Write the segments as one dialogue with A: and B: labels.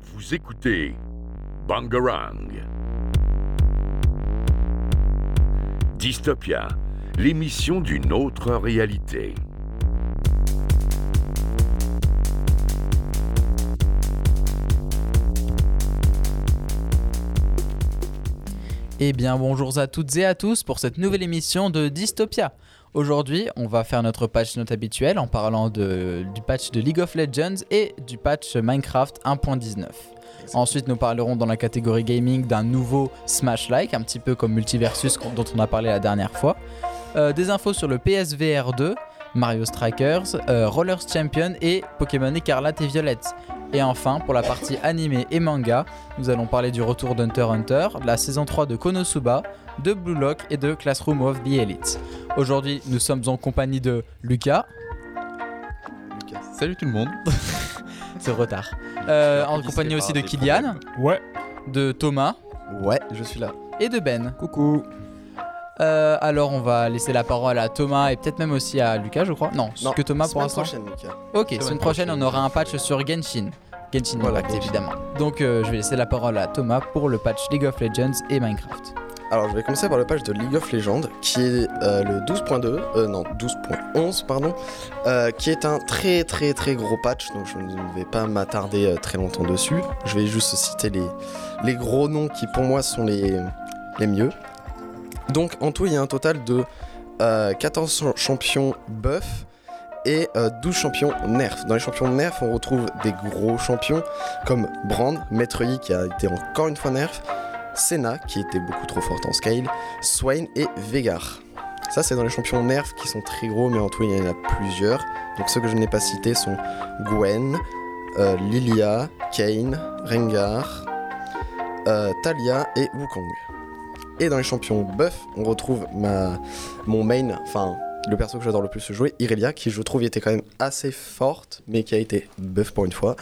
A: Vous écoutez Bangarang. Dystopia, l'émission d'une autre réalité.
B: Eh bien bonjour à toutes et à tous pour cette nouvelle émission de Dystopia. Aujourd'hui, on va faire notre patch note habituel en parlant de- du patch de League of Legends et du patch Minecraft 1.19. Ensuite, nous parlerons dans la catégorie gaming d'un nouveau Smash-like, un petit peu comme Multiversus qu'on- dont on a parlé la dernière fois. Euh, des infos sur le PSVR 2, Mario Strikers, euh, Rollers Champion et Pokémon Écarlate et Violette. Et enfin, pour la partie animé et manga, nous allons parler du retour d'Hunter x Hunter, de la saison 3 de Konosuba, de Blue Lock et de Classroom of the Elite. Aujourd'hui, nous sommes en compagnie de Lucas,
C: Salut tout le monde.
B: c'est retard, euh, en compagnie aussi de Kylian,
D: Ouais.
B: de Thomas
C: Ouais, je suis là.
B: et de Ben.
D: Coucou.
B: Euh, alors on va laisser la parole à Thomas et peut-être même aussi à Lucas, je crois. Non,
C: Non,
B: que Thomas pour
C: Semaine
B: l'instant.
C: prochaine, Lucas.
B: Ok, semaine prochaine, on aura un patch sur Genshin. Genshin
C: Voilà,
B: Impact,
C: Genshin.
B: évidemment. Donc euh, je vais laisser la parole à Thomas pour le patch League of Legends et Minecraft.
C: Alors, je vais commencer par le patch de League of Legends, qui est euh, le 12.2, euh, non, 12.11, pardon, euh, qui est un très très très gros patch, donc je ne vais pas m'attarder euh, très longtemps dessus. Je vais juste citer les, les gros noms qui, pour moi, sont les, les mieux. Donc, en tout, il y a un total de euh, 14 cha- champions buff et euh, 12 champions nerf. Dans les champions nerf, on retrouve des gros champions comme Brand, Maître Yi qui a été encore une fois nerf, Senna qui était beaucoup trop forte en scale, Swain et Vegar. Ça, c'est dans les champions nerf qui sont très gros, mais en tout, il y en a plusieurs. Donc, ceux que je n'ai pas cités sont Gwen, euh, Lilia, Kane, Rengar, euh, Talia et Wukong. Et dans les champions buff, on retrouve ma, mon main, enfin le perso que j'adore le plus jouer, Irelia, qui je trouve était quand même assez forte, mais qui a été buff pour une fois,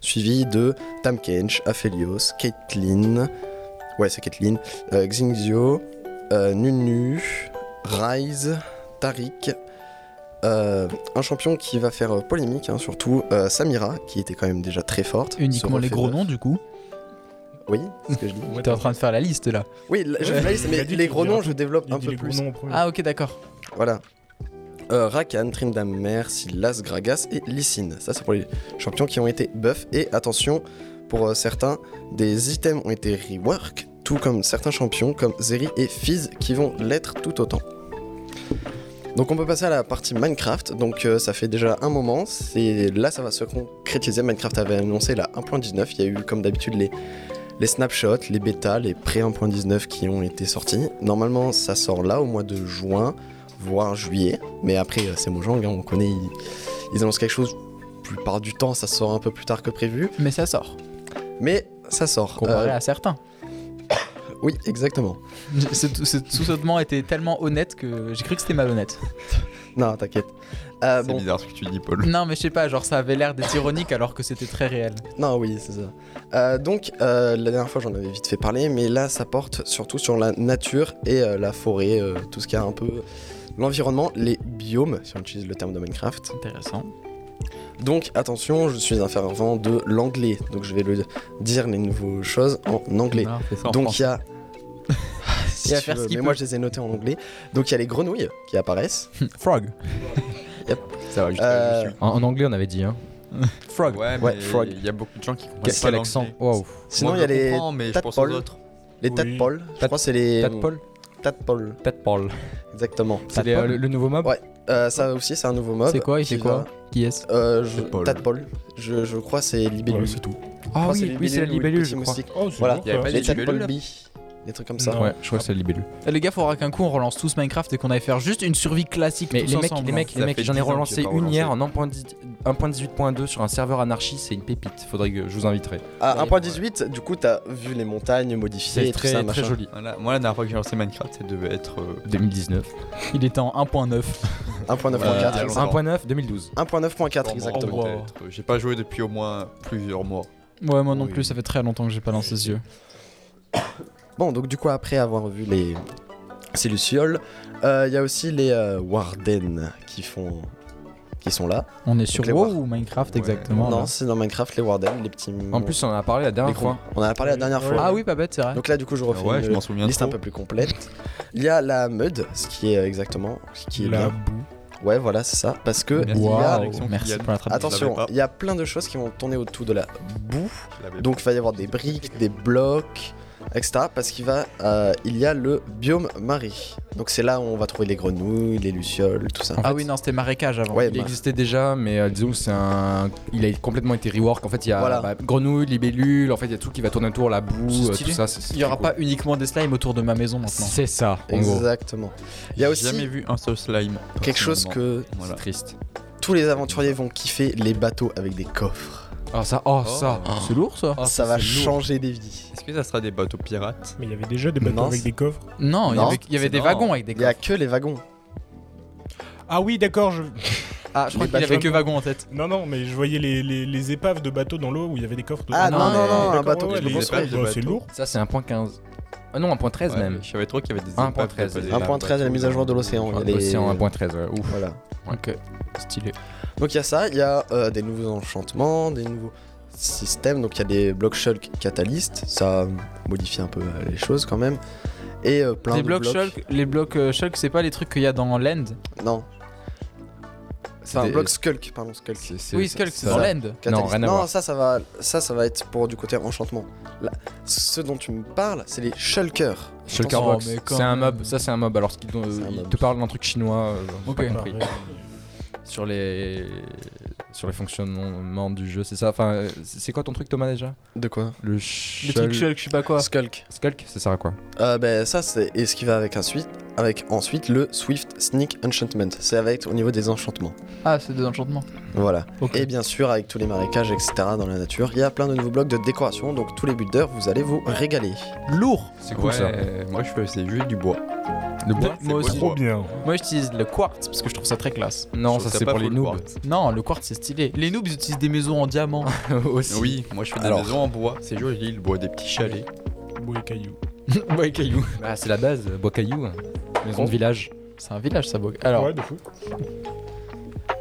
C: suivi de Tam Kench, Aphelios, Caitlyn, ouais c'est Caitlyn, euh, Xingzio, euh, Nunu, Ryze, Tariq, euh, un champion qui va faire euh, polémique, hein, surtout euh, Samira, qui était quand même déjà très forte. se
B: Uniquement les
C: refait
B: gros
C: buff.
B: noms du coup.
C: Oui, c'est ce que je dis.
D: Ouais,
B: T'es en train de faire la liste là.
C: Oui, là, je
D: Ouais.
C: fais la liste,
D: Il a
C: mais
D: dit
C: les
D: qu'il
C: gros
D: dirait
C: noms, je développe
D: il
C: un
D: dit
C: peu
D: les
C: plus.
D: gros noms en premier.
B: Ah ok d'accord.
C: Voilà. Euh, Rakan, Trindamer, Silas, Gragas et Lysine. Ça, c'est pour les champions qui ont été buff. Et attention, pour euh, certains, des items ont été rework, tout comme certains champions comme Zeri et Fizz qui vont l'être tout autant. Donc on peut passer à la partie Minecraft, donc euh, ça fait déjà un moment, c'est là ça va se concrétiser, Minecraft avait annoncé la 1.19, il y a eu comme d'habitude les, les snapshots, les bêtas, les pré-1.19 qui ont été sortis. Normalement ça sort là au mois de juin, voire juillet. Mais après, euh, c'est Mojang, hein, on connaît, ils, ils annoncent quelque chose. La plupart du temps, ça sort un peu plus tard que prévu.
B: Mais ça sort.
C: Mais ça sort.
B: Comparé
C: Euh,
B: à certains.
C: oui, exactement.
B: Ce, ce sous-sautement était tellement honnête que j'ai cru que c'était malhonnête.
C: Non, t'inquiète. Euh,
E: C'est
C: bon,
E: bizarre ce que tu dis, Paul.
B: Non mais je sais pas, genre ça avait l'air d'être ironique alors que c'était très réel.
C: non, oui, c'est ça. Euh, donc, euh, la dernière fois, j'en avais vite fait parler, mais là, ça porte surtout sur la nature et euh, la forêt, euh, tout ce qui a un peu l'environnement, les biomes, si on utilise le terme de Minecraft.
B: Intéressant.
C: Donc attention, je suis un fervent de l'anglais, donc je vais le dire les nouveaux choses en anglais. Donc il y a. Si
B: Et à
C: tu
B: faire ce
C: veux,
B: qu'il
C: mais
B: peut.
C: moi je les ai notés en anglais. Donc il y a les grenouilles qui apparaissent.
B: Frog.
E: ça va, je,
C: Euh,
E: je suis-
F: En, en anglais, on avait dit. Hein.
B: Frog.
E: Ouais, mais
C: ouais, frog.
E: il y a beaucoup de gens qui comprennent
F: Quel,
E: pas
F: quel
E: l'anglais.
F: accent Waouh.
C: Euh, Sinon
E: Moi,
C: il y a
E: je
C: les,
E: comprends, mais je pense aux
C: tadpoles.
E: autres.
C: les
D: Oui.
C: tadpoles. Je
F: Tat-
C: crois que c'est les.
F: Tadpole
C: Tadpoles,
F: Tadpole.
C: exactement.
F: C'est les- euh,
B: Tadpole
F: le, le nouveau mob
C: Ouais. Euh, ça aussi, c'est un nouveau mob.
B: C'est quoi Il
C: qui
B: fait quoi
C: va-
B: Qui est-ce
C: euh, je...
E: Tadpole.
C: Tadpole. Je, je crois que c'est libellule.
D: Voilà, c'est tout.
F: Ah
C: Je crois que
F: oui, oui, c'est la
C: ou les
F: libellule,
C: petits
F: je crois.
C: moustiques.
D: Oh, c'est
C: Voilà.
D: bon,
E: Il y avait
D: ça.
E: pas
C: Les
E: des libellules,
C: tadpoles
E: là
C: bi. Des trucs comme ça.
D: Non.
F: Ouais, je crois que c'est la libellule.
B: Eh, Les gars, faudra qu'un coup on relance tous Minecraft et qu'on aille faire juste une survie classique
F: Mais
B: tous
F: les mecs,
B: ensemble,
F: les
B: hein.
F: mecs,
E: Ça
F: les mecs,
E: fait
F: j'en ai
E: 10 ans que
F: relancé
E: j'ai pas
F: une
E: relancé.
F: hier en 1.10 1.18.2 sur un serveur anarchie, c'est une pépite. Faudrait que je vous inviterai.
C: À 1.18, du coup, t'as vu les montagnes modifiées et
F: C'est
C: tout
F: très,
C: ça,
F: très
C: machin.
F: joli.
E: Voilà, Moi, la dernière fois que j'ai lancé Minecraft, ça devait être. euh,
F: 2019.
B: Il était en 1.9.
C: 1.9.4,
E: Euh,
C: exact.
F: 1.9, 2012.
C: 1.9.4,
E: sûrement,
C: exactement.
B: Oh, wow.
E: peut-être. euh, J'ai pas joué depuis au moins plusieurs mois.
B: Ouais, moi non
E: Oui.
B: plus, ça fait très longtemps que j'ai pas lancé ce jeu.
C: Bon, donc du coup, après avoir vu les... ces lucioles, euh, il y a aussi les euh, Warden qui font qui sont là.
B: On est sur
C: les
B: WoW
C: War.
B: ou Minecraft
E: Ouais.
B: exactement là
C: Non, c'est dans Minecraft les Warden, les petits.
F: En plus, on en a parlé la
C: les
F: dernière
C: gros-
F: fois.
C: on en a parlé la dernière fois.
B: Ah oui, pas bête, c'est vrai.
C: Donc là, du coup, je refais
E: ouais, je
C: une
E: m'en souviens
C: liste un
E: trop.
C: peu plus complète. Il y a la MUD, ce qui est euh, exactement, ce qui est bien.
B: boue.
C: Ouais, voilà, c'est ça. Parce que
E: Merci,
C: il y a-
E: Alex. Alexandre qui
B: merci
E: gagne.
B: pour la traduction.
C: Attention,
E: pas.
C: il y a plein de choses qui vont tourner autour de la boue.
E: Je l'avais
C: Donc il va y avoir des briques, des blocs, etc. Parce qu'il va, euh, il y a le biome marie. Donc c'est là où on va trouver les grenouilles, les lucioles, tout ça.
B: Ah oui, non, c'était marécage avant.
C: Ouais,
F: Il
C: bah,
F: existait déjà, mais euh, disons que c'est un. Il a complètement été rework. En fait, il y a
C: Voilà.
F: bah, grenouille, libellule, en fait, il y a tout qui va tourner autour, la
B: C'est
F: boue, euh,
B: stylé.
F: tout ça. c'est- c'est
B: Il n'y aura
F: très
B: pas uniquement des slimes autour de ma maison
F: cool.
B: maintenant.
F: C'est ça, en gros.
C: Exactement. Il y a
E: J'ai
C: aussi
E: jamais vu un seul slime.
C: quelque chose
E: personnellement.
C: que
E: Voilà.
F: C'est triste.
C: tous les aventuriers vont kiffer les bateaux avec des coffres.
F: Ah, ça, oh,
E: Oh.
F: ça.
B: C'est lourd ça
F: Ah,
C: ça
F: ça,
C: va
F: c'est lourd.
C: changer des vies.
E: Est-ce que ça sera des bateaux pirates
D: Mais il y avait déjà des bateaux
C: Non,
D: avec
C: c'est-
D: des coffres.
B: Non, il y
C: Non,
B: avait, il y avait
E: c'est
B: des
E: non.
B: wagons avec des
C: Il y a
B: coffres.
C: que les wagons.
D: Ah oui, d'accord. Je...
B: Ah, je crois
C: les
B: qu'il y avait
D: bâtiments.
B: que wagons en tête.
D: Non, non, mais je voyais les, les- les épaves de bateaux dans l'eau où il y avait des coffres. dedans.
C: Ah
B: non,
C: non, non,
B: mais-
C: non, un
D: D'accord,
C: bateau
D: ouais,
C: qui
D: les
C: est construit.
D: épaves,
E: construit.
D: bah, c'est lourd.
F: Ça, c'est un point 15. Ah non, un point 13
E: Ouais,
F: même.
E: Je savais trop qu'il y avait des
F: 1.13.
E: épaves, mais pas des
C: 1.13 à la mise à jour de l'océan.
F: Ah,
C: il y a les-
F: Océan, un point 13, ouais, ouf.
C: Voilà.
B: Ok, stylé.
C: Donc il y a ça, il y a euh, des nouveaux enchantements, des nouveaux systèmes. Donc il y a des blocs shulk catalystes, ça modifie un peu euh, les choses quand même. Et euh, plein
B: Les
C: de
B: blocs shulk, les blocs euh, shulk, c'est pas les trucs qu'il y a dans l'end.
C: Non,
F: C'est
C: enfin
F: des-
C: bloc skulk, pardon, skulk.
F: c'est- c'est-
B: Oui, shulk, c'est
F: ça-
B: dans l'end.
C: Catalyst.
F: rien à
C: non
F: voir.
C: ça, ça va, ça, ça va être pour du côté enchantement. Là, ce dont tu me parles, c'est les shulkers.
F: Shulker
B: Attention,
F: Box.
B: mais quand
F: C'est un
B: même.
F: mob, ça c'est un mob. Alors qu'il euh,
C: C'est un
F: il
C: mob.
F: te parle d'un truc chinois, euh, j'ai
B: Ok.
F: pas
D: Enfin,
F: compris.
D: ouais.
F: Sur les sur les fonctionnements du jeu, c'est ça. Enfin, euh, c'est c'est quoi ton truc Thomas déjà
C: De quoi
F: Le
B: Les trucs
F: shul...
B: shulk, je sais pas quoi.
C: Skulk.
F: Skulk, c'est ça quoi
C: Euh, ben ça, c'est et ce qui va avec ensuite, avec ensuite le Swift Sneak Enchantment. C'est avec au niveau des enchantements.
B: Ah, c'est des enchantements.
C: Voilà.
B: Ok.
C: Et bien sûr, avec tous les marécages, etc., dans la nature, il y a plein de nouveaux blocs de décoration, donc tous les builders, vous allez vous régaler.
B: Lourd.
F: C'est
E: Ouais, euh, moi je faisais juste du bois.
F: Le
B: bois,
E: C'est
B: moi
E: beau,
B: aussi.
E: le
D: Trop
E: bois.
D: bien.
B: Moi, j'utilise le quartz parce que je trouve ça très classe.
F: Non,
E: Je
F: ça
E: sais
F: c'est
E: pas
F: pour les
E: le
F: noobs.
E: quartz.
B: Non, le quartz c'est stylé. Les noobs utilisent des maisons en diamant.
F: Aussi.
E: Oui, moi je fais des
C: Alors.
E: maisons en bois. C'est joli, le bois, des petits chalets.
D: Bois et cailloux.
B: Bois et cailloux.
F: Bah, c'est la base, euh, bois caillou, hein. maison
B: Oh.
F: de village.
B: C'est un village, ça. Bois- Alors,
D: Ouais, de fou.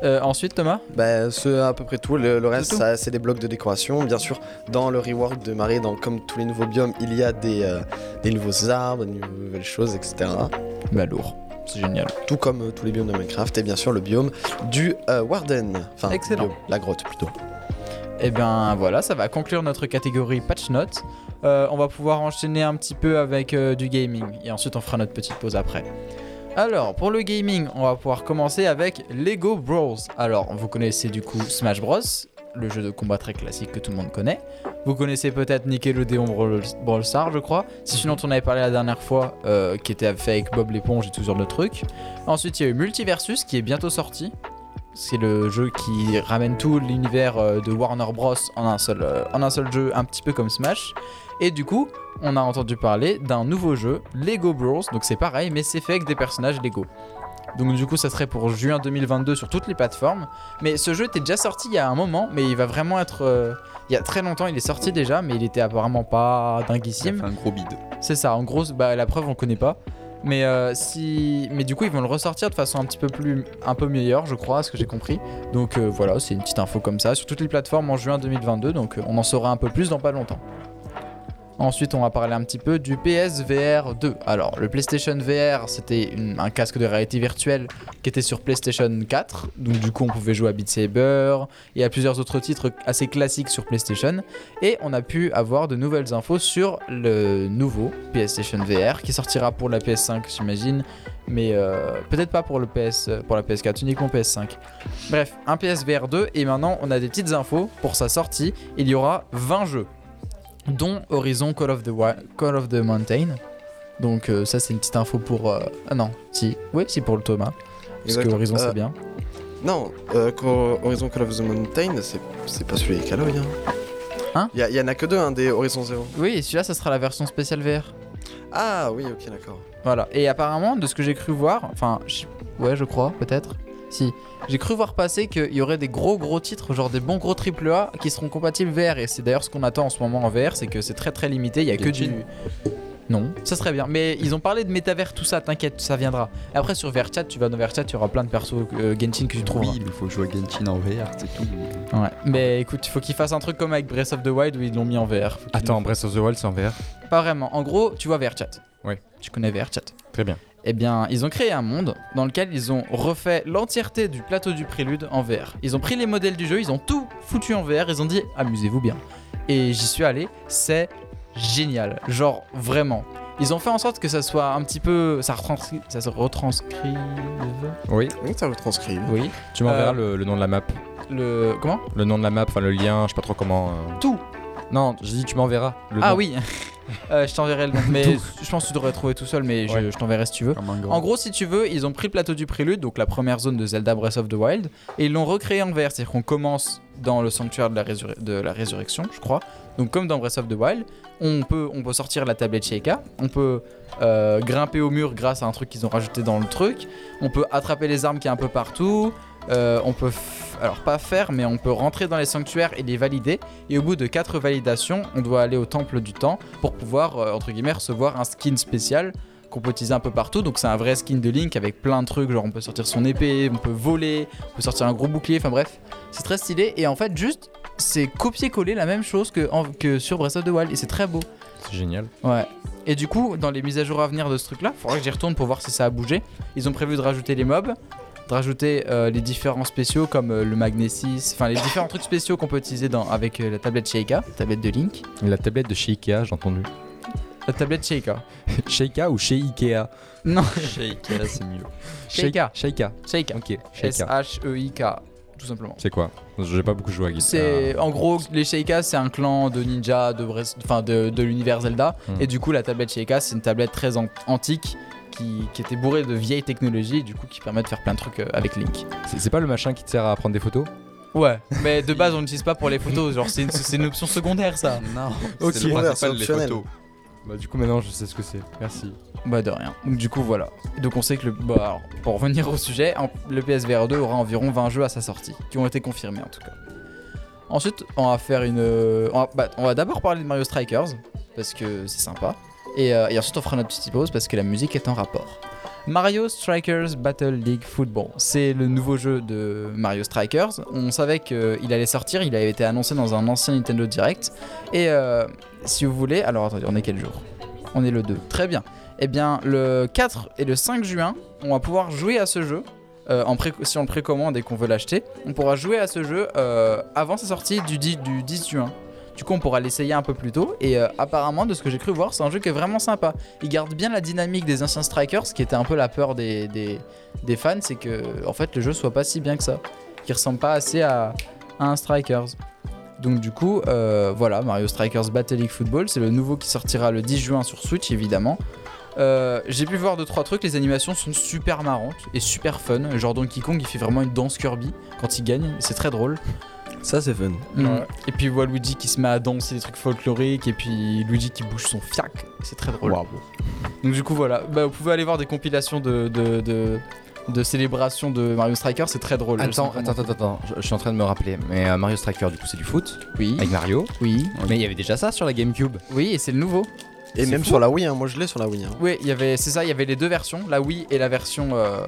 B: euh, ensuite, Thomas.
C: Bah, ce à peu près tout, le, le reste,
B: tout
C: ça, c'est des blocs de décoration. Bien sûr, dans le rework de Marais, dans, comme tous les nouveaux biomes, il y a des, euh, des nouveaux arbres, des nouvelles choses, etc.
B: Bah, lourd. C'est génial.
C: Tout comme euh, tous les biomes de Minecraft, et bien sûr le biome du euh, Warden. Enfin,
B: Excellent.
C: biome, la grotte plutôt.
B: Et Eh bien voilà, ça va conclure notre catégorie patch notes. Euh, on va pouvoir enchaîner un petit peu avec euh, du gaming et ensuite on fera notre petite pause après. Alors pour le gaming, on va pouvoir commencer avec Lego Bros. Alors vous connaissez du coup Smash Bros, le jeu de combat très classique que tout le monde connaît. Vous connaissez peut-être Nickelodeon Brawl, Brawl Stars, je crois. Si sinon on en avait parlé la dernière fois, euh, qui était fait avec Bob l'éponge et tout genre de trucs. Ensuite il y a eu Multiversus qui est bientôt sorti. C'est le jeu qui ramène tout l'univers euh, de Warner Bros en un, seul, euh, en un seul jeu, un petit peu comme Smash. Et du coup, on a entendu parler d'un nouveau jeu, Lego Bros. Donc c'est pareil, mais c'est fait avec des personnages Lego. Donc du coup, ça serait pour juin 2022 sur toutes les plateformes. Mais ce jeu était déjà sorti il y a un moment, mais il va vraiment être... euh, il y a très longtemps, il est sorti déjà, mais il était apparemment pas
E: Ça
B: dinguissime.
E: fait un gros bide.
B: C'est ça, en gros, bah, la preuve, on connaît pas. Mais, euh, si... mais du coup, ils vont le ressortir de façon un petit peu plus, un peu meilleure, je crois, à ce que j'ai compris. Donc euh, voilà, c'est une petite info comme ça sur toutes les plateformes en juin 2022. Donc euh, on en saura un peu plus dans pas longtemps. Ensuite, on va parler un petit peu du PSVR 2. Alors, le PlayStation VR, c'était une- un casque de réalité virtuelle qui était sur PlayStation 4. Donc, du coup, on pouvait jouer à Beat Saber et à plusieurs autres titres assez classiques sur PlayStation. Et on a pu avoir de nouvelles infos sur le nouveau PlayStation VR qui sortira pour la PS5, j'imagine, mais euh, peut-être pas pour, le PS, pour la PS4, uniquement PS5. Bref, un PSVR 2 et maintenant on a des petites infos pour sa sortie. Il y aura 20 jeux, dont Horizon Call of the, Wi- Call of the Mountain. Donc euh, ça c'est une petite info pour... euh, ah non, si, oui, c'est pour le Thomas. Parce que
C: Exactement.
B: Horizon
C: Euh,
B: c'est bien.
C: Non, euh, Co- Horizon Call of the Mountain, c'est c'est pas celui avec Aloy. Hein.
B: Hein
C: Il y, a- il y en a que deux, hein, des Horizon Zero.
B: Oui, celui-là ça sera la version spéciale VR.
C: Ah oui, ok, d'accord.
B: Voilà. Et apparemment, de ce que j'ai cru voir, enfin, je- ouais, je crois, peut-être. Si. J'ai cru voir passer qu'il y aurait des gros gros titres, genre des bons gros AAA qui seront compatibles VR. Et c'est d'ailleurs ce qu'on attend en ce moment en VR, c'est que c'est très très limité. Il y a que du. Non, ça serait bien. Mais ils ont parlé de métavers, tout ça, t'inquiète, ça viendra. Après, sur VRChat, tu vas dans VRChat, tu auras plein de persos euh, Genshin que tu trouveras.
E: Oui, il faut jouer à Genshin en VR, c'est tout.
B: Ouais. Mais écoute, il faut qu'ils fassent un truc comme avec Breath of the Wild où ils l'ont mis en VR. Faut qu'ils
F: Attends, Breath of the Wild, c'est en VR
B: le- Pas vraiment. En gros, tu vois VRChat.
F: Oui.
B: Tu connais VRChat.
F: Très bien.
B: Eh bien, ils ont créé un monde dans lequel ils ont refait l'entièreté du plateau du prélude en VR. Ils ont pris les modèles du jeu, ils ont tout foutu en VR, ils ont dit amusez-vous bien. Et j'y suis allé, c'est génial, genre vraiment. Ils ont fait en sorte que ça soit un petit peu. Ça, retranscri- ça se retranscrive.
F: Oui,
C: Oui, ça le transcrit.
B: Oui.
F: tu m'enverras
B: Euh,
F: le, le nom de la map.
B: Le. Comment
F: Le nom de la map, enfin le lien, je sais pas trop comment. euh.
B: Tout.
F: Non, je dis tu m'enverras. le
B: Ah
F: nom.
B: oui Euh, Je t'enverrai le nom. Mais
F: Tout.
B: je pense que tu devrais trouver tout seul, mais je-
F: Ouais.
B: je t'enverrai si tu veux.
E: Comme un
B: En gros, si tu veux, ils ont pris le plateau du prélude, donc la première zone de Zelda Breath of the Wild, et ils l'ont recréé en VR. C'est-à-dire qu'on commence dans le sanctuaire de la, résur- de la résurrection, je crois. Donc, comme dans Breath of the Wild, on peut, on peut sortir la tablette Sheikah, on peut euh, grimper au mur grâce à un truc qu'ils ont rajouté dans le truc, on peut attraper les armes qui est un peu partout. euh, on peut, f- alors pas faire, mais on peut rentrer dans les sanctuaires et les valider. Et au bout de quatre validations, on doit aller au temple du temps pour pouvoir, euh, entre guillemets, recevoir un skin spécial qu'on peut utiliser un peu partout. Donc c'est un vrai skin de Link avec plein de trucs, genre on peut sortir son épée, on peut voler, on peut sortir un gros bouclier, enfin bref, c'est très stylé. Et en fait, juste, c'est copier-coller la même chose que, en- que sur Breath of the Wild, et c'est très beau.
F: C'est génial.
B: Ouais. Et du coup, dans les mises à jour à venir de ce truc-là, faudra que j'y retourne pour voir si ça a bougé. Ils ont prévu de rajouter les mobs, de rajouter euh, les différents spéciaux comme euh, le Magnesis, enfin les différents trucs spéciaux qu'on peut utiliser dans, avec euh, la tablette Sheikah, la tablette de Link.
F: La tablette de chez Ikea, j'ai entendu.
B: La tablette Sheikah.
F: chez Ikea ou chez Ikea
B: Non,
E: chez Ikea, c'est mieux.
F: Chez-
B: Sheikah.
F: Chez Ikea.
B: Sheikah. E
F: Ok, chez Ikea.
B: S-H-E-I-K, tout simplement.
F: C'est quoi J'ai pas beaucoup joué à Ikea.
B: C'est en gros les Sheikah c'est un clan de ninja de Breath- enfin de, de l'univers Zelda
F: Hmm.
B: et du coup la tablette Sheikah c'est une tablette très an- antique qui, qui était bourrée de vieilles technologies du coup qui permet de faire plein de trucs euh, avec Link.
F: C'est c'est pas le machin qui te sert à prendre des photos
B: Ouais, mais de base on n'utilise pas pour les photos, genre c'est une, c'est une option secondaire ça.
E: Non,
C: Ok.
E: c'est le
C: Ouais, c'est
E: principal, les
C: optionnel.
E: photos.
F: Bah du coup maintenant je sais ce que c'est. Merci.
B: Bah de rien. Donc du coup voilà. Donc on sait que le bah, alors, pour revenir au sujet, en- le PSVR 2 aura environ 20 jeux à sa sortie qui ont été confirmés en tout cas. Ensuite, on va faire une euh, on va, bah, on va d'abord parler de Mario Strikers parce que c'est sympa et, euh, et ensuite on fera notre petite pause parce que la musique est en rapport. Mario Strikers Battle League Football, c'est le nouveau jeu de Mario Strikers. On savait qu'il allait sortir, il avait été annoncé dans un ancien Nintendo Direct. Et euh, si vous voulez, alors attendez, on est quel jour On est le 2. Très bien. Eh bien, le 4 et le 5 juin, on va pouvoir jouer à ce jeu. euh, en pré- si on le précommande et qu'on veut l'acheter, on pourra jouer à ce jeu euh, avant sa sortie du 10, du 10 juin. Du coup, on pourra l'essayer un peu plus tôt. Et euh, apparemment, de ce que j'ai cru voir, c'est un jeu qui est vraiment sympa. Il garde bien la dynamique des anciens Strikers, ce qui était un peu la peur des, des, des fans, c'est que en fait le jeu soit pas si bien que ça, qui ressemble pas assez à, à un Strikers. Donc du coup, euh, voilà, Mario Strikers Battle League Football, c'est le nouveau qui sortira le 10 juin sur Switch, évidemment. Euh, j'ai pu voir deux trois trucs, les animations sont super marrantes et super fun. Genre Donkey Kong, il fait vraiment une danse Kirby quand il gagne, c'est très drôle.
C: Ça, c'est fun.
B: Mm. Et puis voilà Luigi qui se met à danser des trucs folkloriques et puis Luigi qui bouge son fiac, c'est très drôle. Donc du coup voilà, Bah, vous pouvez aller voir des compilations de de, de, de célébrations de Mario Striker, c'est très drôle. Elles sont
F: Attends,
B: vraiment-
F: attends, attends, attends. Je, je suis en train de me rappeler. Mais euh, Mario Striker du coup c'est du foot
B: Oui,
F: avec Mario.
B: oui,
F: Mais il y avait déjà ça sur la GameCube.
B: oui, et c'est le nouveau.
C: Et
B: C'est
C: même
B: fou.
C: sur la Wii, hein, moi je l'ai sur la Wii. hein.
B: Oui, il y avait, c'est ça, il y avait les deux versions, la Wii et la version euh,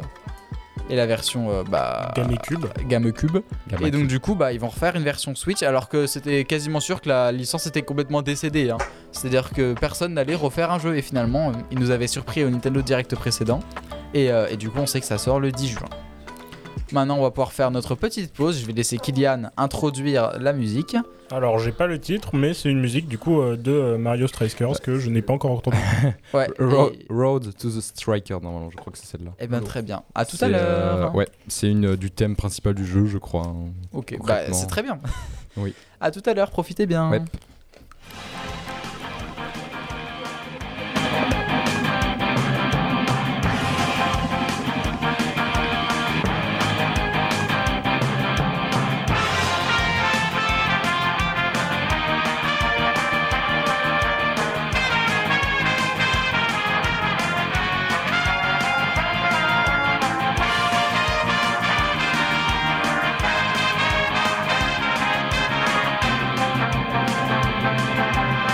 B: et la version euh, bah
D: Gamecube.
B: GameCube. Et donc du coup, bah, ils vont refaire une version Switch alors que c'était quasiment sûr que la licence était complètement décédée. hein. C'est-à-dire que personne n'allait refaire un jeu et finalement, euh, ils nous avaient surpris au Nintendo Direct précédent. Et, euh, et du coup, on sait que ça sort le 10 juin. Maintenant, on va pouvoir faire notre petite pause. Je vais laisser Kylian introduire la musique.
D: Alors, j'ai pas le titre, mais c'est une musique du coup euh, de euh, Mario Strikers que je n'ai pas encore entendue.
B: Ouais.
F: Ro-
B: et-
F: Road to the Striker normalement, je crois que c'est celle-là.
B: Eh ben très bien. À tout à
F: C'est,
B: l'heure.
F: euh, ouais, c'est une euh, du thème principal du jeu, je crois. hein.
B: Ok. Bah,
F: concrètement.
B: c'est très bien.
F: Oui.
B: À tout à l'heure. Profitez bien.
F: Ouais.
G: Thank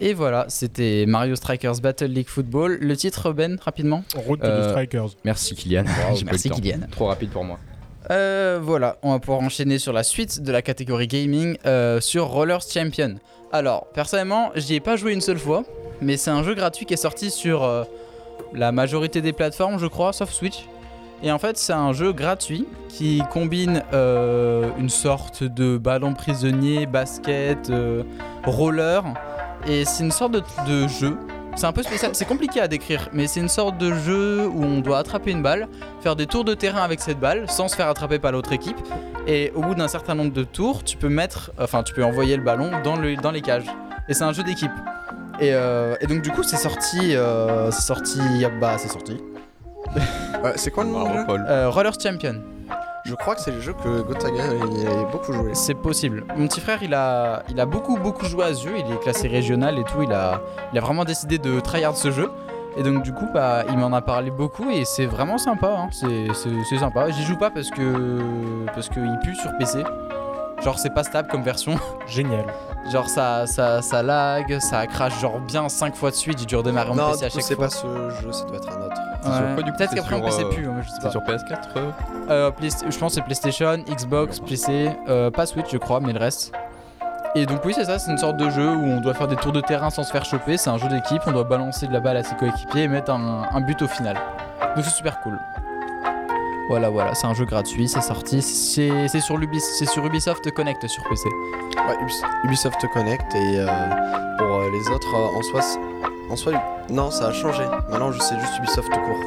B: Et voilà, c'était Mario Strikers Battle League Football. Le titre, Ben, rapidement
D: Route
F: Euh,
D: de Strikers.
F: Merci Kylian. J'ai pas
B: Merci,
F: eu le temps.
B: Kylian.
F: Trop rapide pour moi.
B: Euh, voilà, on va pouvoir enchaîner sur la suite de la catégorie gaming euh, sur Rollers Champion. Alors, personnellement, j'y ai pas joué une seule fois, mais c'est un jeu gratuit qui est sorti sur euh, la majorité des plateformes, je crois, sauf Switch. Et en fait, c'est un jeu gratuit qui combine euh, une sorte de ballon prisonnier, basket, euh, roller, et c'est une sorte de, de jeu. C'est un peu spécial, c'est compliqué à décrire, mais c'est une sorte de jeu où on doit attraper une balle faire des tours de terrain avec cette balle sans se faire attraper par l'autre équipe. Et au bout d'un certain nombre de tours, tu peux mettre, enfin, tu peux envoyer le ballon dans, le, dans les cages. Et c'est un jeu d'équipe. Et, euh, et donc du coup, c'est sorti, euh, c'est sorti, bah, c'est sorti.
C: Euh, c'est quoi le nom du jeu
E: Paul.
B: Euh, Roller Champion,
C: Je crois que c'est le jeu que Gotaga il a beaucoup joué.
B: c'est possible. Mon petit frère, il a, il a beaucoup, beaucoup joué à ce jeu. Il est classé régional et tout. Il a, il a vraiment décidé de tryhard ce jeu. Et donc du coup, bah, il m'en a parlé beaucoup et c'est vraiment sympa. hein. C'est- C'est c'est sympa. J'y joue pas parce que parce qu'il pue sur PC. Genre c'est pas stable comme version.
D: Génial.
B: Genre ça ça, ça lag, ça crash genre bien 5 fois de suite. J'ai dû redémarrer mon
C: non,
B: PC à
C: du coup,
B: chaque
C: c'est
B: fois.
C: pas ce jeu, ça doit être un autre.
E: C'est sur
B: Ouais.
E: quoi, du coup,
B: Peut-être
E: c'est
B: qu'après mon
E: sur,
B: PC
E: euh,
B: pue, hein, je sais
E: C'est
B: pas.
E: sur PS4 euh
B: Euh, Playst- je pense que c'est PlayStation, Xbox, PC, euh, pas Switch je crois, mais le reste. Et donc oui c'est ça, c'est une sorte de jeu où on doit faire des tours de terrain sans se faire choper, c'est un jeu d'équipe, on doit balancer de la balle à ses coéquipiers et mettre un, un but au final. Donc c'est super cool. Voilà voilà, c'est un jeu gratuit, c'est sorti, c'est c'est sur, l'Ubis- c'est sur Ubisoft Connect sur PC.
C: Ouais, Ubis- Ubisoft Connect et euh, pour euh, les autres, euh, en soi. c'est- En soi, non, ça a changé. Maintenant, je sais juste Ubisoft tout court.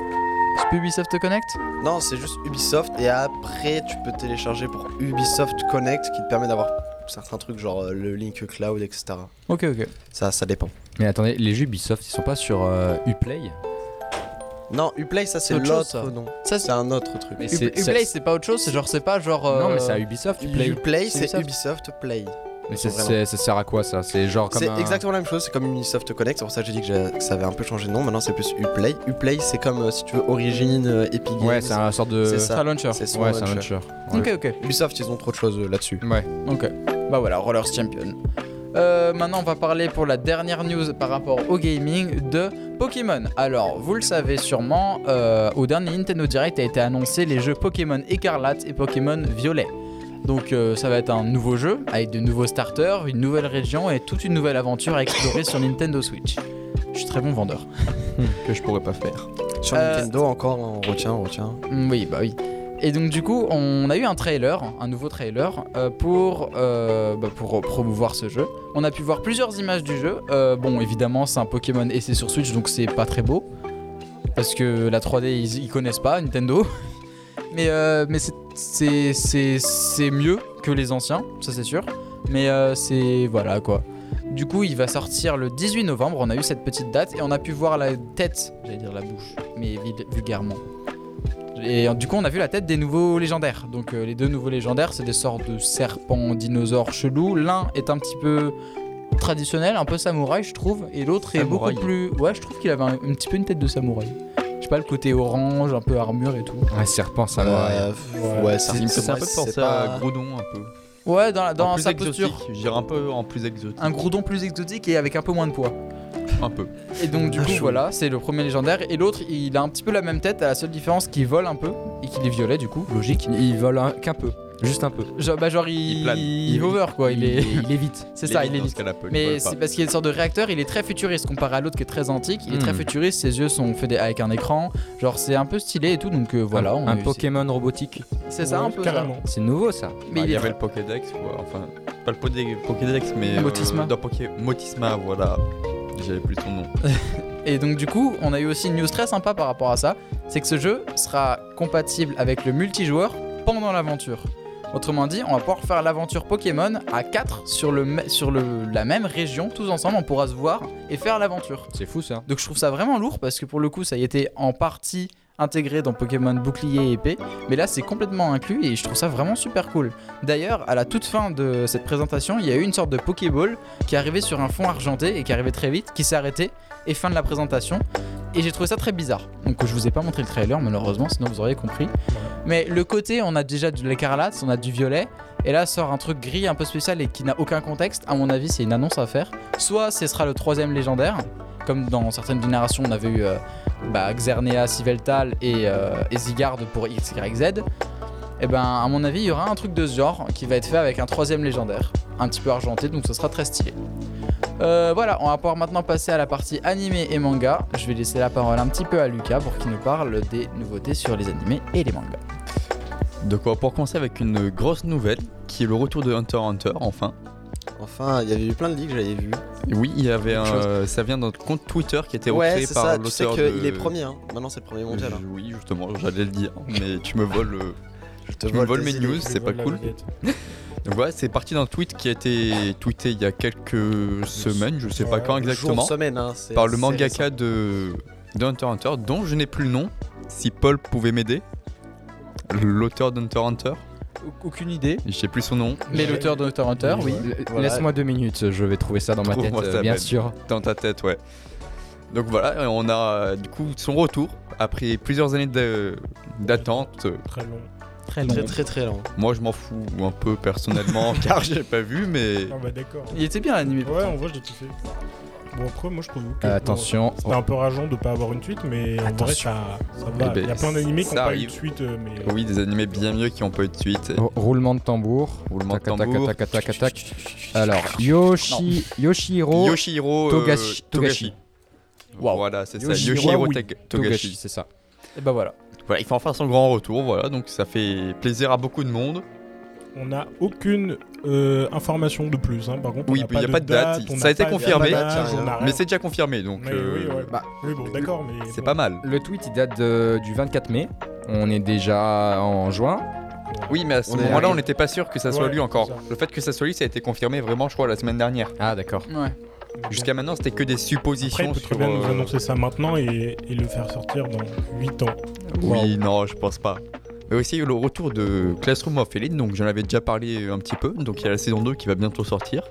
B: C'est plus Ubisoft Connect
C: Non, c'est juste Ubisoft et après tu peux télécharger pour Ubisoft Connect qui te permet d'avoir certains trucs genre euh, le link cloud etc.
B: Ok ok.
C: Ça ça dépend.
F: Mais attendez, les jeux Ubisoft, ils sont pas sur euh, Uplay
C: Non, Uplay ça c'est
B: Autre chose,
C: l'autre
B: ça.
C: nom.
B: Ça
C: C'est
B: c'est...
C: un autre truc.
F: Mais
B: Up-
F: c'est-
B: Uplay
F: c'est-
B: c'est pas autre chose, c'est genre c'est pas genre...
F: Non, mais
B: euh,
F: c'est à Ubisoft, Uplay.
C: Uplay
B: c'est
C: c'est
B: Ubisoft.
C: Ubisoft Play.
E: Oh,
F: Mais
C: Ils sont
F: c'est-
C: vraiment-
F: c'est- ça sert à quoi ça C'est genre comme.
C: C'est
F: un-
C: exactement la même chose, c'est comme Ubisoft Connect, c'est pour ça que j'ai dit que, j'ai- que ça avait un peu changé de nom, maintenant c'est plus Uplay. Uplay c'est comme euh, si tu veux Origin, euh, Epic Games.
F: Ouais, c'est un sorte de.
C: C'est
B: c'est
C: ça.
B: un launcher.
C: C'est son
F: Ouais, c'est un
C: launcher.
F: launcher.
B: Ok ok.
C: Ubisoft ils ont trop de choses euh, là-dessus.
F: Ouais.
B: Ok. Bah voilà, Rollers Champion. Euh, maintenant, on va parler pour la dernière news par rapport au gaming de Pokémon. Alors, vous le savez sûrement, euh, au dernier Nintendo Direct a été annoncé les jeux Pokémon Écarlate et Pokémon Violet. Donc, euh, ça va être un nouveau jeu avec de nouveaux starters, une nouvelle région et toute une nouvelle aventure à explorer sur Nintendo Switch. Je suis très bon vendeur.
E: Que je pourrais pas faire.
C: Sur
B: Euh,
C: Nintendo encore, on retient, on retient.
B: Mm, Oui, bah oui. Et donc du coup, on a eu un trailer, un nouveau trailer, euh, pour, euh, bah, pour promouvoir ce jeu. On a pu voir plusieurs images du jeu. Euh, bon, évidemment, c'est un Pokémon et c'est sur Switch, donc c'est pas très beau. Parce que la 3D, ils, ils connaissent pas, Nintendo. Mais, euh, mais c'est- c'est- c'est c'est mieux que les anciens, ça c'est sûr. Mais euh, c'est... Voilà quoi. Du coup, il va sortir le 18 novembre, on a eu cette petite date, et on a pu voir la tête, j'allais dire la bouche, mais vul- vulgairement. Et euh, du coup, on a vu la tête des nouveaux légendaires. Donc, euh, les deux nouveaux légendaires, c'est des sortes de serpents, dinosaures chelous. L'un est un petit peu traditionnel, un peu samouraï, je trouve. Et l'autre est beaucoup
E: Samouraï.
B: plus. Ouais, je trouve qu'il avait un, un petit peu une tête de samouraï. Je sais pas, le côté orange, un peu armure et tout.
F: Un serpent,
E: Ah,
F: ça
C: Euh,
D: Ouais.
C: ouais,
E: Ça me fait un peu
C: c'est
E: penser
C: pas-
E: à Groudon un peu.
B: Ouais, dans, la- dans
E: En plus
B: sa posture.
E: exotique, je dirais un peu en plus exotique.
B: Un groudon plus exotique et avec un peu moins de poids. Ah,
E: Un peu.
B: Et donc du
E: Ah,
C: Un
B: coup
C: chou.
B: voilà, c'est le premier légendaire et l'autre il a un petit peu la même tête, à la seule différence qu'il vole un peu et qu'il est violet du coup, logique.
F: Il vole un- qu'un peu. Juste un peu.
B: Genre, bah genre il,
E: Il plane.
B: il hover quoi, il est,
F: il évite.
B: c'est ça, il est
E: dans ce
B: vite.
E: cas-là, Paul, il
B: Mais
E: vole pas.
B: c'est parce qu'il y a une sorte de réacteur, il est très futuriste comparé à l'autre qui est très antique. Il est très
F: Hmm.
B: futuriste, ses yeux sont faits des- avec un écran, genre c'est un peu stylé et tout, donc euh, voilà. on
F: un
B: a eu-
F: Pokémon robotique.
B: C'est ça un
D: Ouais,
B: peu. ça.
D: Carrément.
F: C'est nouveau ça.
B: Mais il
E: Bah, il y
B: est
E: avait le Pokédex, quoi. enfin pas le Podé- Pokédex, mais euh,
B: Motisma.
E: dans Poké- Motisma, voilà. J'avais plus son nom.
B: Et donc du coup, on a eu aussi une news très sympa par rapport à ça, c'est que ce jeu sera compatible avec le multijoueur pendant l'aventure. Autrement dit, on va pouvoir faire l'aventure Pokémon à 4 sur, le, me- sur le- la même région, tous ensemble, on pourra se voir et faire l'aventure.
F: C'est fou ça.
B: Donc je trouve ça vraiment lourd parce que pour le coup, ça y était en partie intégré dans Pokémon Bouclier et Épée, mais là c'est complètement inclus et je trouve ça vraiment super cool. D'ailleurs, à la toute fin de cette présentation, il y a eu une sorte de Pokéball qui est arrivée sur un fond argenté et qui arrivait très vite, qui s'est arrêté et fin de la présentation. Et j'ai trouvé ça très bizarre. Donc je vous ai pas montré le trailer malheureusement, sinon vous auriez compris. Mais le côté, on a déjà de l'écarlate, on a du violet. Et là sort un truc gris un peu spécial et qui n'a aucun contexte. À mon avis, c'est une annonce à faire. Soit ce sera le troisième légendaire, comme dans certaines générations, on avait eu euh, bah, Xernea, Siveltal et, euh, et Zygarde pour XYZ. Et ben, à mon avis, il y aura un truc de ce genre qui va être fait avec un troisième légendaire, un petit peu argenté, donc ce sera très stylé. Euh, voilà, on va pouvoir maintenant passer à la partie animé et manga. Je vais laisser la parole un petit peu à Lucas pour qu'il nous parle des nouveautés sur les animés et les mangas.
E: De quoi Pour commencer avec une grosse nouvelle qui est le retour de Hunter x Hunter, enfin.
C: Enfin, il y avait eu plein de leaks, j'avais vu.
E: Oui, il y avait un,
C: Chose.
E: euh, ça vient d'un compte Twitter qui était
C: ouais,
E: recréé
C: c'est
E: par
C: ça. Tu sais
E: l'auteur
C: qu'il
E: de-
C: est premier. Hein. Maintenant, c'est le premier mondial. hein.
E: Oui, justement, j'allais le dire, mais tu me voles le-
C: Je te
E: tu me voles
C: tes
E: mes
C: idées.
E: news, c'est pas cool. Donc voilà, c'est parti d'un tweet qui a été tweeté il y a quelques semaines, je sais pas
D: Ouais,
E: quand
C: Jour,
E: exactement,
C: semaine, hein, c'est-
E: par le
C: c'est récent.
E: mangaka de, de Hunter x Hunter, dont je n'ai plus le nom. Si Paul pouvait m'aider, l'auteur d'Hunter x Hunter,
B: Aucune idée.
E: je sais plus son nom,
B: Mais l'auteur de Hunter x Hunter, oui.
C: Voilà.
F: Laisse-moi deux minutes, je vais trouver Euh, ça dans ma tête,
E: Trouve-moi
F: euh,
E: ça,
F: bien
E: Ben.
F: sûr.
E: dans ta tête, ouais. Donc voilà, et on a euh, du coup son retour après plusieurs années de- d'attente.
D: Très long.
B: Très long.
C: Très très très long.
E: Moi, je m'en fous un peu personnellement car j'ai pas vu, mais
D: Ah bah d'accord.
B: Il était bien l'animé.
D: Ouais, en vrai, je l'ai kiffé. Bon, après, moi, je trouve
F: Euh,
D: que. bon,
F: Attention.
D: C'était un peu rageant de pas avoir une suite, mais en vrai, ça, ça va.
E: Eh ben,
D: Il y a plein d'animés qui
E: ça
D: n'ont pas eu
E: arrive.
D: de suite, euh, mais.
E: oui, des animés bien mieux qui ont pas eu de suite.
F: R- Roulement de tambour.
E: Roulement de
F: Tac, tac,
E: tambour.
F: tac, tac, tac, tac. Alors, Yoshi,
D: Oh.
F: Yoshihiro
E: Yoshihiro euh,
F: Togashi- Togashi.
B: Wow.
E: Voilà, c'est ça.
F: Yoshihiro
E: Yoshihiro
F: oui.
E: Tag-
F: Togashi,
E: Togashi.
F: c'est ça.
B: Et bah voilà.
E: Voilà, il fait enfin son grand retour. Voilà, donc ça fait plaisir à beaucoup de monde.
D: On n'a aucune euh, information de plus, hein. par contre.
E: Oui,
D: on
E: puis il y a pas de date,
D: on n'a
E: ça a été
D: pas
E: confirmé.
D: d'image, on n'a
E: Mais
D: rien.
E: c'est déjà confirmé, donc
D: Ah Mais
E: euh,
D: oui, ouais.
F: bah,
D: Oui, bon, d'accord, mais.
E: c'est
D: bon.
E: pas mal.
F: Le tweet il date de- du 24 mai. On est déjà en juin.
E: Oui, mais à ce
C: On est
E: moment-là,
C: arrivé.
E: on n'était pas sûr que ça soit
D: Ouais,
E: lui encore.
D: c'est ça.
E: Le fait que ça soit lui, ça a été confirmé vraiment, je crois, la semaine dernière.
F: Ah d'accord.
B: Ouais.
E: Jusqu'à maintenant, c'était que des
D: Après, il
E: suppositions
D: peut très
E: sur.
D: bien nous
E: euh,
D: annoncer ça maintenant et, et le faire sortir dans 8 ans.
E: Oui, non, je pense pas. Mais aussi, il y a eu le retour de Classroom of Elite, donc j'en avais déjà parlé un petit peu. Donc il y a la saison 2 qui va bientôt sortir.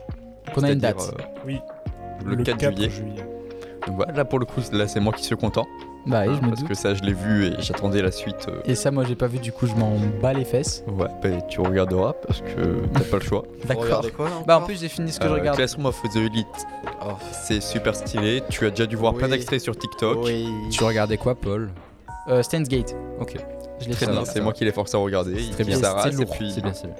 B: Qu'on a une
E: c'est-à-dire,
B: date.
E: euh,
D: Oui.
E: le, 4, juillet. Donc voilà, là pour le coup, là c'est moi qui suis content.
B: Bah oui,
E: hein,
B: je me
E: parce
B: doute.
E: que ça, je l'ai vu et j'attendais la suite. euh,
B: Et ça, moi, j'ai pas vu, du coup, je m'en bats les fesses.
E: Ouais, bah, tu regarderas parce que t'as pas le choix.
C: Vous
B: D'accord.
C: regardez quoi là,
B: Bah, en
C: encore
B: plus, j'ai fini ce que je
E: Euh,
B: regarde.
E: Classroom of the Elite,
C: Oh,
E: c'est super stylé. Tu as déjà dû voir
C: Oui.
E: plein d'extraits sur TikTok.
C: oui.
F: Tu regardais quoi, Paul
B: Euh, Steins Gate.
F: Ok.
B: Je l'ai
E: Très
B: fait.
E: bien,
F: ça
E: c'est
F: va.
E: moi qui l'ai forcé à regarder.
F: très
E: Il
F: bien.
E: s'arrache,
F: C'est
E: et puis
F: C'est bien, c'est bien.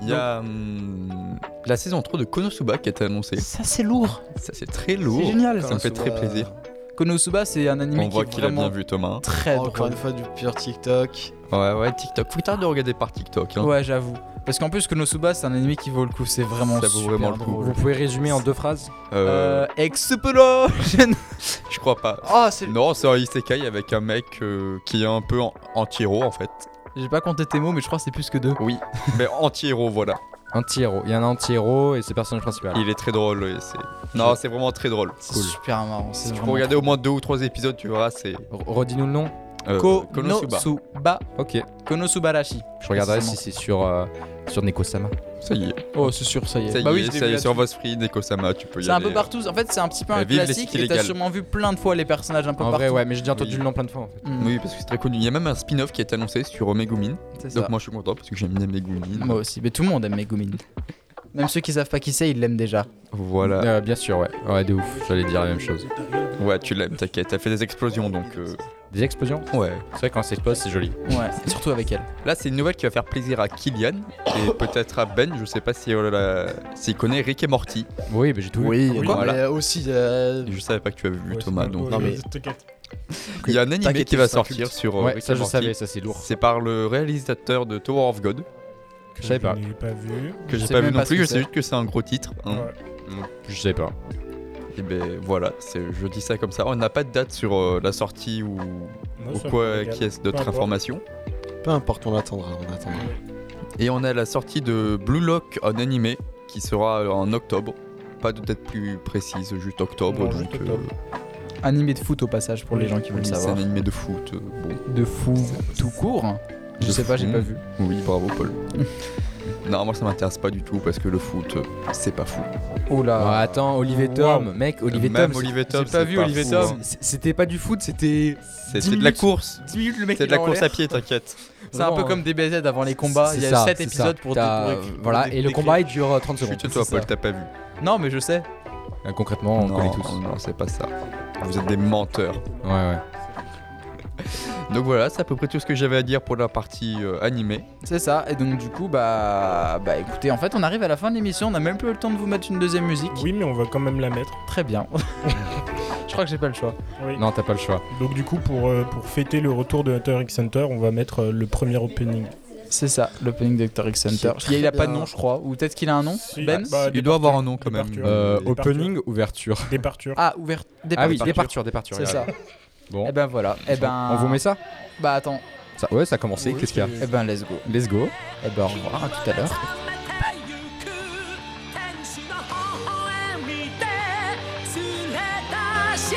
E: il y a hum, la saison 3 de Konosuba qui a été annoncée.
B: Ça, c'est lourd.
E: Ça c'est très
B: C'est
E: lourd.
B: génial.
E: Ça me fait très
C: Konosuba.
E: plaisir.
B: Konosuba, c'est un anime
E: On
B: qui
E: voit
B: est
E: qu'il a bien
B: vraiment
E: vu Thomas.
B: très
C: Encore
B: drôle.
C: une fois du pur TikTok.
E: Ouais, ouais, TikTok. Faut tard de regarder par TikTok. hein.
B: Ouais, j'avoue. Parce qu'en plus, Konosuba, c'est un anime qui vaut le coup. C'est vraiment
E: Ça vaut
B: super
E: vraiment le coup.
B: drôle.
F: Vous pouvez résumer en deux phrases
E: Euh,
B: Euh, Explosion
E: Je crois pas.
C: Oh, c'est
E: Non, c'est un isekai avec un mec euh, qui est un peu en- anti-héros en fait.
B: J'ai pas compté tes mots, mais je crois que c'est plus que deux.
E: Oui, mais anti-héros, voilà.
F: Anti-héros. Il y a un anti-héros et ses personnages principaux.
E: Il est très drôle. et c'est- Non, c'est vraiment très drôle.
B: C'est
F: Cool.
B: super marrant. C'est
E: Si tu peux
B: vraiment
E: regarder au moins deux ou trois épisodes, tu verras, c'est.
F: R- Redis-nous le nom.
E: euh,
B: trop-
E: Konosuba.
B: Konosuba.
F: Ok.
B: Konosubarashi.
F: Je regarderai si
B: Précisément.
F: c'est sur, euh, sur Neko-sama.
E: Ça y est,
B: Oh, c'est sûr, ça y est.
E: ça y
B: bah oui,
E: est,
B: je l'ai
E: ça y
B: vu
E: est, sur
B: là-dessus.
E: Vosfree, Nekosama, tu peux y
B: C'est un
E: aller.
B: peu partout. En fait, c'est un petit peu
E: Euh,
B: un
E: vive les
B: classique.
E: sites
B: Et t'as
E: illégales.
B: sûrement vu plein de fois les personnages un peu
F: En
B: partout.
F: vrai, ouais, mais j'ai déjà entendu
E: Oui.
F: le nom plein de fois en fait.
B: Mm.
E: Oui, parce que c'est très connu. Il y a même un spin-off qui est annoncé sur Megumin.
B: c'est ça.
E: Donc moi, je suis content parce que j'aime bien Megumin.
B: Moi aussi, mais tout le monde aime Megumin. Même ceux qui savent pas qui c'est, ils l'aiment déjà.
E: Voilà.
F: Euh, bien sûr, ouais. Ouais, de ouf. J'allais dire la même chose.
E: Ouais, tu l'aimes, t'inquiète. T'as fait des explosions, donc. euh,
F: Des explosions
E: Ouais.
F: C'est vrai, quand ça explose, c'est joli.
B: Ouais, surtout avec elle.
E: Là, c'est une nouvelle qui va faire plaisir à Kylian et peut-être à Ben. Je sais pas si euh, la- s'il connaît Rick et Morty.
F: Oui, mais j'ai tout vu.
C: Oui,
E: Quoi
C: mais aussi. euh,
E: Je savais pas que tu avais vu
D: Ouais,
E: Thomas.
D: c'est-
E: Donc, euh,
D: ouais,
C: Non, mais-
D: t'inquiète.
E: il y a un animé
C: T'inquiète,
E: qui va
C: c'est un culte.
E: sortir sur euh,
F: Ouais,
E: Rick
F: ça
E: et
F: je
E: Morty.
F: savais, ça c'est lourd.
E: C'est par le réalisateur de Tower of God
F: Je savais pas.
D: Je n'ai pas vu.
E: que
B: Je
E: j'ai
B: sais
E: pas
B: même
E: vu
B: pas
E: non
B: ce
E: plus.
B: que
E: Je
B: c'est.
E: sais juste que c'est un gros titre. hein.
D: Ouais.
F: Je savais pas.
E: Et ben voilà, c'est- je dis ça comme ça. On n'a pas de date sur euh, la sortie ou,
D: Moi,
E: ou
D: ça me
E: quoi
D: régale.
E: qui est d'autres
D: Peu importe.
E: informations.
C: Peu importe, on l'attendra. On l'attendra.
E: Et on a la sortie de Blue Lock en animé qui sera euh, en octobre. Pas de date plus précise, juste octobre.
D: Non,
E: donc
D: juste octobre.
E: euh,
B: Animé de foot au passage pour les gens qui veulent
E: c'est
B: savoir.
E: un animé de foot. euh, bon.
B: De fou tout court. Je
E: De
B: sais pas,
E: fou.
B: j'ai pas vu.
E: Oui, bravo Paul. Non, moi ça m'intéresse pas du tout parce que le foot, euh, c'est pas fou.
B: Oh
F: Ouais,
G: Oula.
F: Ah, attends, Olivier
D: Wow.
F: Tom, mec, Olivier
E: Même
F: Tom.
E: Olivier
F: c'est-
E: Tom,
F: J'ai pas
E: c'est
F: vu
E: pas
F: Olivier
E: fou,
F: Tom.
E: hein.
F: C'est- C'était pas du foot, c'était.
E: C'est
F: 10
E: c'est de la
F: minutes.
E: course.
F: 10 minutes, le mec.
E: C'est de la course à pied, t'inquiète.
B: C'est un peu comme DBZ avant les combats. Il y a 7 épisodes pour,
F: T'as- euh,
B: pour- pour-
F: Voilà,
E: dé-
F: et le
E: décrire.
F: combat il dure euh, 30 secondes.
E: Chute-toi,
F: C'est
E: Paul,
F: ça.
E: t'as pas vu.
B: Non, mais je sais.
F: Ah, Concrètement, on connaît
E: non,
F: tous.
E: non, c'est pas ça. Vous êtes des menteurs.
F: Ouais, ouais.
E: Donc voilà, c'est à peu près tout ce que j'avais à dire pour la partie euh, animée.
B: C'est ça. Et donc, du coup, bah. Bah écoutez, en fait, on arrive à la fin de l'émission. On n'a même plus eu le temps de vous mettre une deuxième musique.
D: Oui, mais on va quand même la mettre.
B: Très bien. je crois que j'ai pas le choix.
D: Oui.
F: Non, t'as pas le choix.
D: Donc du coup, pour, euh, pour fêter le retour de Hunter x Hunter, on va mettre euh, le premier opening.
B: C'est ça, l'opening de Dr. X Hunter.
C: Qui est
B: Il, il a
C: très
B: pas de
C: bien.
B: nom, je crois. Ou peut-être qu'il a un nom
D: Si,
B: Ben
D: bah,
E: Il doit avoir un
D: Departure.
E: nom quand même.
D: Departure.
F: Euh,
D: Departure.
F: opening, ouverture.
D: Départure.
B: Ah, ouvert.
F: Ah oui,
B: Départure.
F: départure, départure.
B: C'est ça.
F: regarde. Bon.
B: Et ben voilà. Et ben.
F: On vous met ça,
B: Bah attends.
F: Ça- Ouais, ça a commencé. Qu'est-ce qu'il y a
B: Et ben, let's go.
F: Let's go.
B: Et ben, au revoir, à tout à l'heure.
H: 天使の微笑みで連れ出して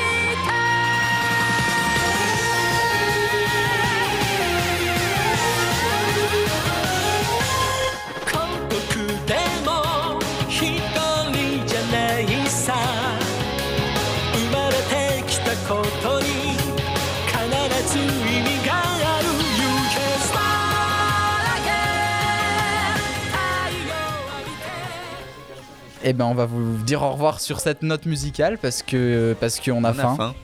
H: 孤独でも一人じゃないさ生まれてきたことに必ず意味がある You can start again 太陽を浴びて
B: Et ben, on va vous dire au revoir sur cette note musicale parce que parce qu'on a,
E: On
B: faim.
E: a faim.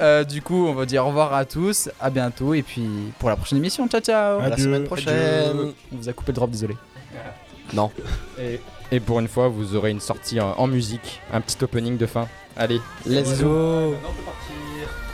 B: Euh, du coup, on va dire au revoir à tous, à bientôt et puis pour la prochaine émission. Ciao, ciao.
D: Adieu.
C: semaine prochaine.
B: Adieu. On vous a coupé le drop, désolé.
F: Et, et pour une euh, fois, vous aurez une sortie en, en musique, un petit opening de fin. Allez,
C: Let's go.
F: go.